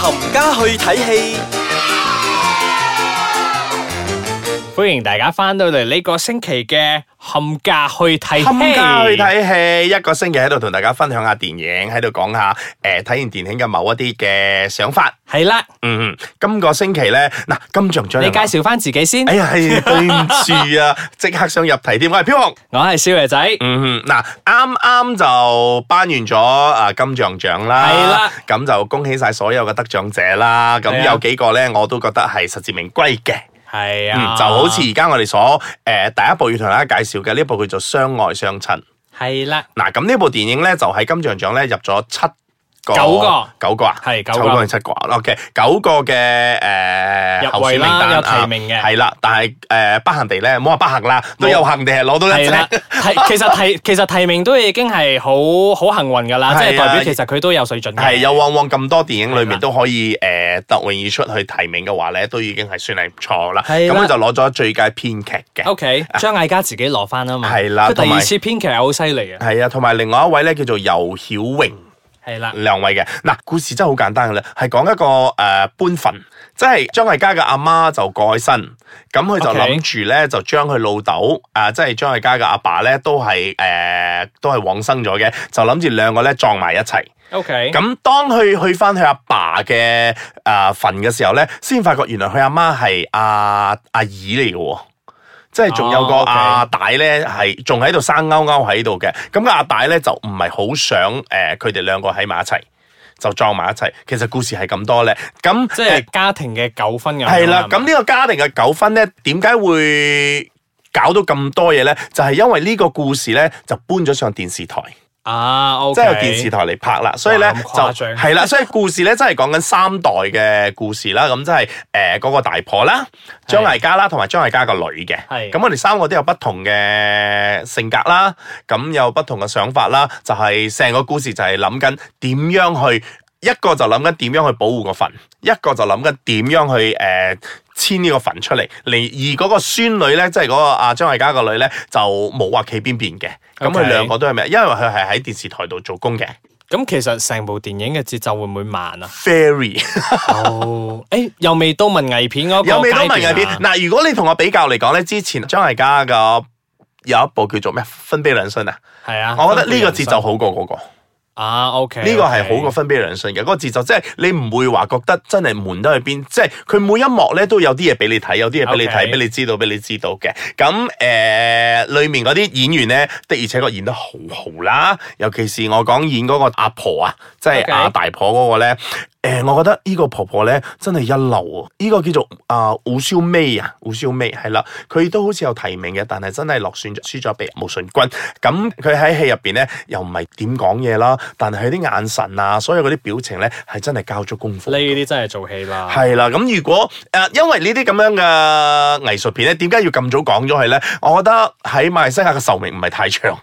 冚家去睇戲，欢迎大家翻到嚟呢个星期嘅冚家去 睇戲冚家去，睇戲，一個星期喺度同大家分享下電影，喺度講下诶睇完電影嘅某一啲嘅想法。系啦，嗯，今個星期咧，嗱金像獎你介紹？绍翻自己先哎。呀， 係對唔住啊，即刻想入題添，我係飄紅。我系少爷仔，嗯哼，嗱，啱啱就頒完咗啊金像獎啦，係啦，咁就恭喜晒所有嘅得獎者啦。咁係啊有幾個咧，我都覺得係實至名歸嘅。系嗯啊，，就好似而家我哋所诶第一部要同大家介紹嘅呢部叫做《相愛相親》。系啦，嗱，咁呢部電影咧就喺金像獎咧入咗七個九個九個啊，係九個定七個啊？OK，九個嘅誒入圍啦候選名單有啊提名嘅係啦，但係誒不幸地咧，唔好話不幸啦，都冇有幸地係攞到一系隻 啦，。提其實提其實提名都已經係好好幸運㗎啦，即係係啊代表其實佢都有水準嘅。係有往往咁多電影裏係啦面都可以呃誒突穎而出去提名嘅話咧，都已經係算係唔錯啦。係咁啦佢就攞咗最佳編劇嘅。 O K，張艾嘉自己攞翻啊嘛，係佢啦第同二埋次編劇係好犀利嘅，係啊，同埋另外一位咧叫做尤曉榮。係啦，兩位嘅嗱，故事真係好簡單嘅啦，係講一個誒、呃搬墳，即係張艾嘉嘅阿媽就過咗身，咁佢就 OK 諗住咧就將佢老豆啊，即係張艾嘉嘅阿爸咧都係誒、呃都係往生咗嘅，就諗住兩個咧撞埋一齊。 O K，咁當佢去翻佢阿爸嘅誒墳嘅時候咧，先發覺原來佢阿媽係阿阿姨嚟嘅喎。即係仲有個哦，OK 阿大咧，係仲喺度生勾勾喺度嘅。咁個阿大咧就唔係好想誒，佢哋兩個喺埋一齊，就撞埋一齊。其實故事係咁多咧。咁即係家庭嘅糾紛咁樣嘛。係啦，咁呢個家庭嘅糾紛咧，點解會搞到咁多嘢咧？就係、因為呢個故事咧，就搬咗上電視台。啊，O 即 K，係有電視台嚟拍啦，所以咧咁就誇張係啦，所以故事咧真係講緊三代嘅故事啦，咁即係誒嗰個大婆啦、係張艾嘉啦，同埋張艾嘉個女嘅，係咁我哋三個都有不同嘅性格啦，咁有不同嘅想法啦，就係成個故事就係諗緊點樣去。一個就諗緊點樣去保護個墳，一個就諗緊點樣去誒遷呢個墳出嚟。嚟而嗰個孫女咧，即係嗰個阿張艾嘉個女咧，就冇話企邊邊嘅。咁 OK 佢兩個都係咩？因為佢係喺電視台度做工嘅。？咁其實成部電影嘅節奏會唔會慢啊 Fairy 哦，誒，又未到文藝片嗰個 有味道文藝階片段啊。嗱，如果你同我比較嚟講咧，之前張艾嘉個有一部叫做咩《分悲兩信》啊，係啊，我覺得呢個節奏好過嗰、個，呢啊，O K，個係好過《分悲兩信》嘅。嗰、個節奏即係你唔會話覺得真係悶得去邊，即係佢每一幕咧都有啲嘢俾你睇，有啲嘢俾你 OK 睇，俾你知道，俾你知道嘅。咁誒、呃，裡面嗰啲演員咧的而且確演得好好啦，尤其是我講演嗰個阿婆啊，即係 OK 阿大婆嗰個咧。誒、我覺得呢個婆婆咧真係一流啊！呢、個叫做啊胡少妹啊，胡少妹係啦，佢都好似有提名嘅，但係真係落選咗，輸咗俾毛舜筠。咁佢喺戲入邊咧又唔係點講嘢啦，但係佢啲眼神啊，所有嗰啲表情咧係真係交足功夫呢。啲真係做戲啦。係啦，咁如果誒、呃因為呢啲咁樣嘅藝術片咧，點解要咁早講咗佢咧？我覺得喺馬來西亞嘅壽命唔係太長。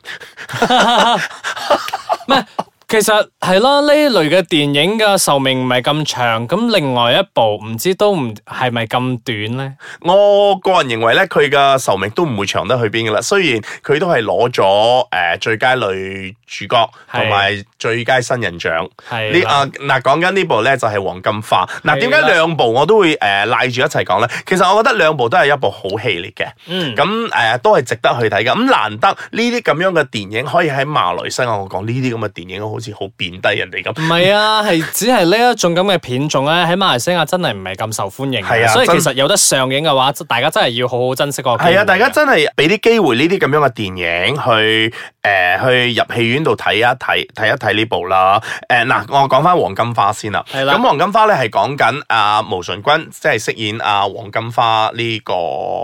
唔係，其實係咯，呢類嘅電影嘅壽命唔係咁長，咁另外一部唔知都唔係咪咁短咧？我個人認為咧，佢嘅壽命都唔會長得去邊噶啦。雖然佢都係攞咗誒最佳女主角係同埋最佳新人獎。係呢啦啊嗱，講緊呢部咧就係黃金花。係嗱，點解啦兩部我都會誒賴住一齊講咧？其實我覺得兩部都係一部好戲嚟嘅。嗯，咁誒、呃都係值得去睇嘅。咁難得呢啲咁樣嘅電影可以喺馬來西亞，我講呢啲咁嘅電影好似好貶低人哋咁唔。係啊，係只係呢一種咁嘅片種咧，喺馬來西亞真係唔係咁受歡迎嘅。係啊所以其真實有得上映嘅話，大家真係要好好珍惜個機會。係啊，大家真係俾啲機會呢啲咁樣嘅電影去誒、呃去入戲院度睇一睇睇一睇呢部啦。誒、嗱，我講翻黃金花先啦。係啦咁黃金花咧係講緊阿毛舜筠，即係飾演阿黃金花呢個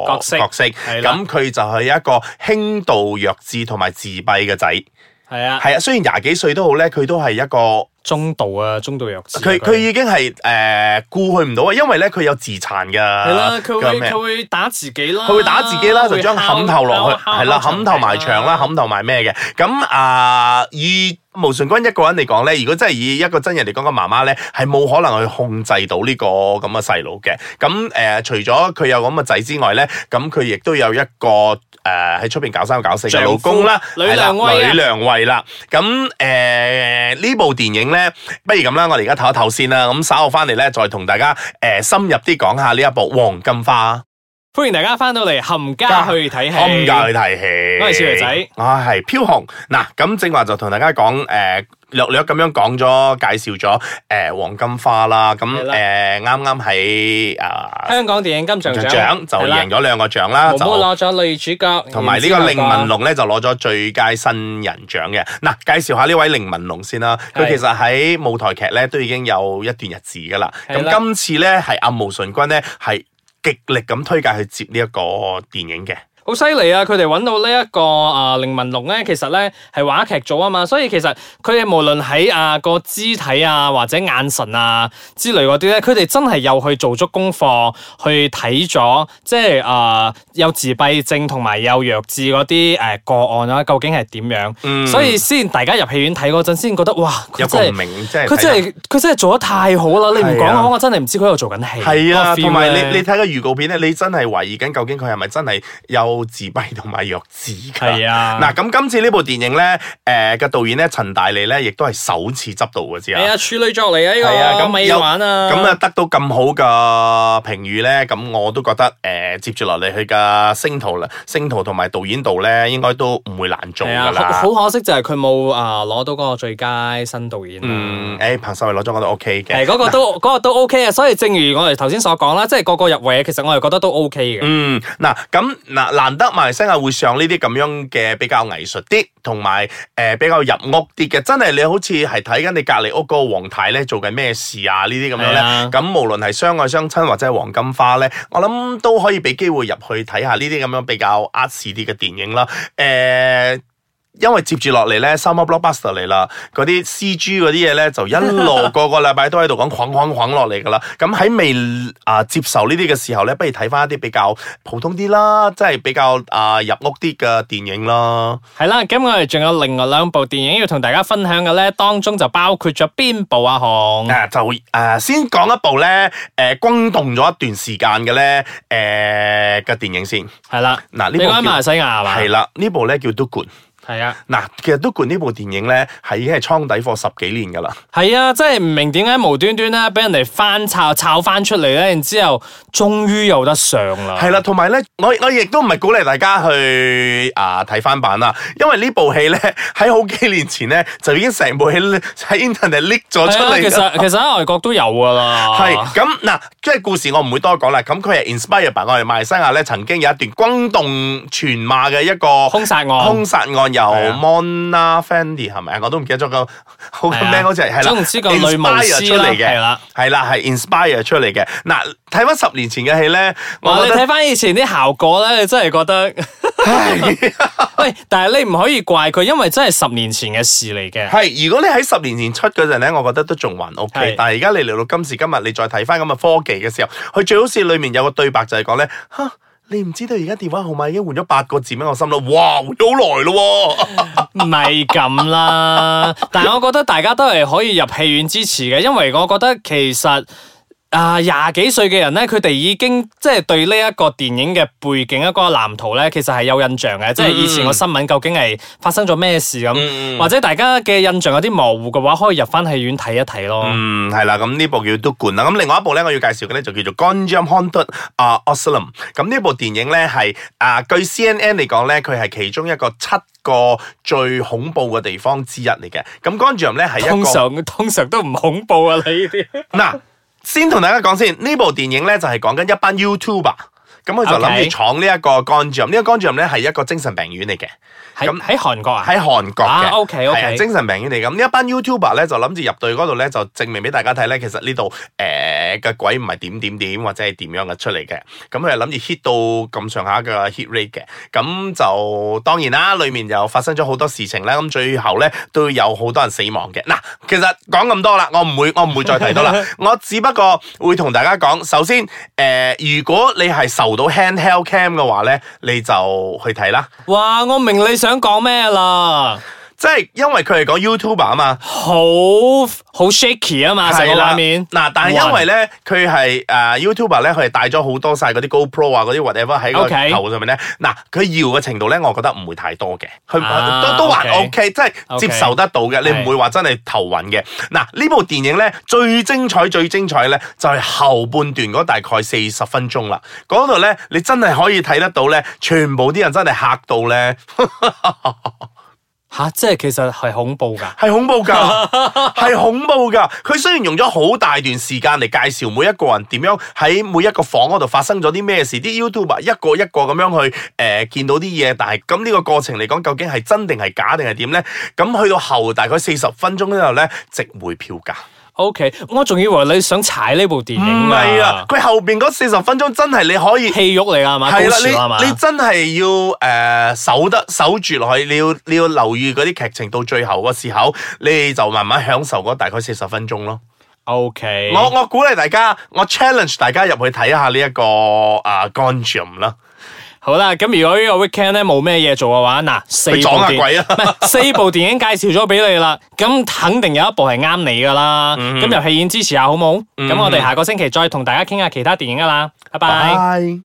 角色角色。係啦咁佢就係一個輕度弱智同埋自閉嘅仔。係啊，係啊，雖然廿幾歲都好咧，佢都係一個。中度啊，中度弱智啊。佢佢已經係誒顧佢唔到啊，因為咧佢有自殘㗎。係係啦，佢會咩佢會打自己啦，啊佢會打自己啦，啊就會將敲冚頭落去，敲啊係啦，敲冚頭埋牆啦，牆冚頭埋咩嘅。咁啊，以毛舜筠一個人嚟講咧，如果真係以一個真人嚟講嘅媽媽咧，係冇可能去控制到呢個咁嘅細路嘅。咁誒、呃除咗佢有咁嘅仔之外咧，咁佢亦都有一個誒喺出邊搞三搞四嘅丈夫老公啦，呂係啦良偉啊呂良偉啦。咁誒呢部電影咧，不如咁啦，我哋而家唞一唞先啦。咁稍後翻嚟咧，再同大家誒、呃深入啲講下呢一部《黃金花》。啊歡迎大家翻到嚟冚家去睇戲。冚家去睇戲。我係小肥仔我係飄紅。嗱，咁正話就同大家講誒。略略咁樣講咗，介紹咗誒、黃金花啦，咁係誒啦啱啱喺啊香港電影金像獎獎就贏咗兩個獎啦，毛就毛攞咗女主角，同埋呢然個之令後文龍咧就攞咗最佳新人獎嘅。嗱，介紹下呢位令文龍先啦。佢係其實喺舞台劇咧都已經有一段日子噶啦。係啦咁今次咧係阿毛舜筠咧係極力咁推介去接呢一個電影嘅。好犀利啊！佢哋揾到呢、一個啊、令文龍咧，其實咧係話劇組啊嘛，所以其實佢哋無論喺啊個肢體啊或者眼神啊之類嗰啲咧，佢哋真係有去做足功課去睇咗，即係啊、有自閉症同埋有弱智嗰啲誒個案啊啦，究竟係點樣？嗯所以先大家入戲院睇嗰陣先覺得哇，佢有真共係鳴，即係佢真係佢真係做得太好啦！你唔係講啊我我真係唔知佢喺度做緊戲。係嗰個啊， feel 同埋咧你你睇個預告片咧，你真係懷疑緊究竟佢係咪真係有自閉同埋弱智㗎？係啊嗱，咁今次呢部電影咧，誒、嘅導演咧陳大利咧，亦都係首次執導嘅之係啊，處女作嚟啊呢個，係啊咁咪有玩啊，咁啊，得到咁好嘅評語咧，咁我都覺得誒、接住落嚟佢嘅星途啦，星途同埋導演度咧，應該都唔會難做係㗎啊，啦。好好可惜就係佢冇啊攞到嗰個最佳新導演啦。嗯，誒、彭秀慧攞咗我都 OK 誒嘅。嗰個 都嗰個都 OK 啊，所以正如我哋頭先所講啦，即係個個入圍，其實我哋覺得都 OK 嘅。嗯，嗱，咁嗱，難得馬來西亞會上呢啲咁樣嘅比較藝術啲，同埋誒比較入屋啲嘅，真係你好似係睇緊你隔離屋嗰個黃太咧做緊咩事啊？呢啲咁樣係咧啊，咁、無論係相愛相親或者係黃金花咧，我諗都可以俾機會入去睇下呢啲咁樣比較呃視啲嘅電影啦。誒、因為接住落嚟咧，三粒 blockbuster 嚟啦，嗰啲 CG 嗰啲嘢咧就一路個個禮拜都喺度講哐哐哐落嚟噶啦。咁喺未啊、接受呢啲嘅時候咧，不如睇翻一啲比較普通啲啦，即係比較啊、入屋啲嘅電影啦。係啦，咁我哋仲有另外兩部電影要同大家分享嘅咧，當中就包括咗邊部啊？誒、紅就誒、啊先講一部咧誒、轟動咗一段時間嘅咧誒嘅電影先。係啦，嗱呢部你講緊馬來叫西亞係嘛？係啦，呢部咧叫《都冠》。係啊，嗱，其實《都冠》呢部電影咧係已經係倉底貨十幾年噶啦。係啊，真係唔明點解無端端咧俾人哋翻炒炒翻出嚟咧，然之後終於有得上啦。係啦，同埋咧，我我亦都唔係鼓勵大家去啊睇翻版啦，因為呢 部戲咧喺好幾年前咧就已經成部戲呢喺 internet leak 咗出係啊，嚟其㗎。實其實喺外國都有㗎啦。係咁嗱，即係故事我唔會多講啦。咁佢係 inspire by 我哋馬來西亞咧，曾經有一段轟動全馬嘅一個兇殺案兇殺案係由啊 Mona Fendi 係咪啊？我都唔記得咗個好個係啊名，好似係係啦，總之個女巫師啦 inspire 出嚟係嘅啦，係啦，係 inspire 出嚟嘅。嗱，睇翻十年前嘅戲咧，哇！我你覺得睇翻以前啲效果咧，你真係覺得， 唉 喂！但係你唔可以怪佢，因為真係十年前嘅事嚟嘅。係，如果你喺十年前出嗰陣咧，我覺得都仲還 O 係 K。但係而家你嚟到今時今日，你再睇翻咁嘅科技嘅時候，佢最好似裡面有個對白就係講咧，吓你唔知道而家電話號碼已經換咗八個字咩？我心諗，哇，換咗好耐咯喎。唔係咁 啦，但係我覺得大家都係可以入戲院支持嘅，因為我覺得其實。啊，廿幾歲嘅人咧，佢哋已經即係對呢一個電影嘅背景一個藍圖咧，其實係有印象嘅。即係以前個新聞究竟係發生咗咩事咁，嗯嗯嗯或者大家嘅印象有啲模糊嘅話，可以入翻戲院睇一睇咯。嗯，係啦，咁呢部叫《都冠》啦。咁另外一部咧，我要介紹嘅咧就叫做《Ganjam Haunted》啊，《Asylum》。咁呢部電影咧係啊，據 CNN 嚟講咧，佢係其中一個七個最恐怖嘅地方之一嚟嘅。咁《Ganjam》咧係一通個。常通常都唔恐怖啊！你呢啲嗱，先同大家講先，呢部電影咧就係講緊一班 YouTuber，咁佢就諗 OK 住闖呢一個 Ganjam，呢個 Ganjam 咧係一個精神病院嚟嘅，喺咁喺韓國啊？喺韓國嘅啊，OK，OK 係啊精神病院嚟嘅。咁呢一班 YouTuber 咧就諗住入隊嗰度咧就證明俾大家睇咧，其實呢度誒嘅鬼唔係點點點或者係點樣嘅出嚟嘅，咁佢係諗住 hit 到咁上下嘅 hit rate 嘅，咁就當然啦，裡面又發生咗好多事情啦，咁最後咧都有好多人死亡嘅。嗱，其實講咁多啦，我唔會我唔會再提到啦，我只不過會同大家講，首先誒、呃如果你係受到 handheld cam 嘅話咧，你就去睇啦。哇！我明你想講咩啦，即係因為佢係講 YouTuber 啊嘛，好好 shaky 啊嘛，成個係啦畫面。嗱，但係因為咧，佢係啊誒 YouTuber 咧，佢係戴咗好多晒嗰啲 GoPro 啊，嗰啲 whatever 喺個 OK 頭上面咧。嗱，佢搖嘅程度咧，我覺得唔會太多嘅，佢啊都都還 OK OK，即係接受得到嘅，你係唔會話真係頭暈嘅。嗱，呢部電影咧最精彩最精彩咧，就係後半段嗰大概四十分鐘啦。嗰度咧，你真係可以睇得到咧，全部啲人真係嚇到咧，吓，即係其實係恐怖㗎。係恐怖㗎， 係恐怖㗎。佢雖然用咗好大段時間嚟介紹每一個人點樣喺每一個房嗰度發生咗啲咩事，啲 YouTuber 一個一個咁樣去誒、呃、見到啲嘢，但係咁呢個過程嚟講，究竟係真定係假定係點呢？咁去到後大概四十分鐘之後呢，值回票價。 O K，我仲以為你想踩呢部電唔影係啊，，佢後邊嗰四十分鐘真係你可以。戲肉嚟㗎係嘛，高係潮啊係嘛啦，你你真係要誒、呃守得守住落去，你要你要留意嗰啲劇情到最後嘅時候，你就慢慢享受嗰大概四十分鐘咯。 ？O K，我我鼓勵大家，我 challenge 大家入去睇下呢、一個啊 Gondium 啦，好啦，咁如果呢個 weekend 咧冇咩嘢做嘅話，嗱，四部撞下電鬼啊唔係四部電影介紹咗俾你啦，咁肯定有一部係啱你㗎啦，嗯咁由戲院支持下好冇？咁我哋下個星期再同大家傾下其他電影㗎啦，拜拜。拜。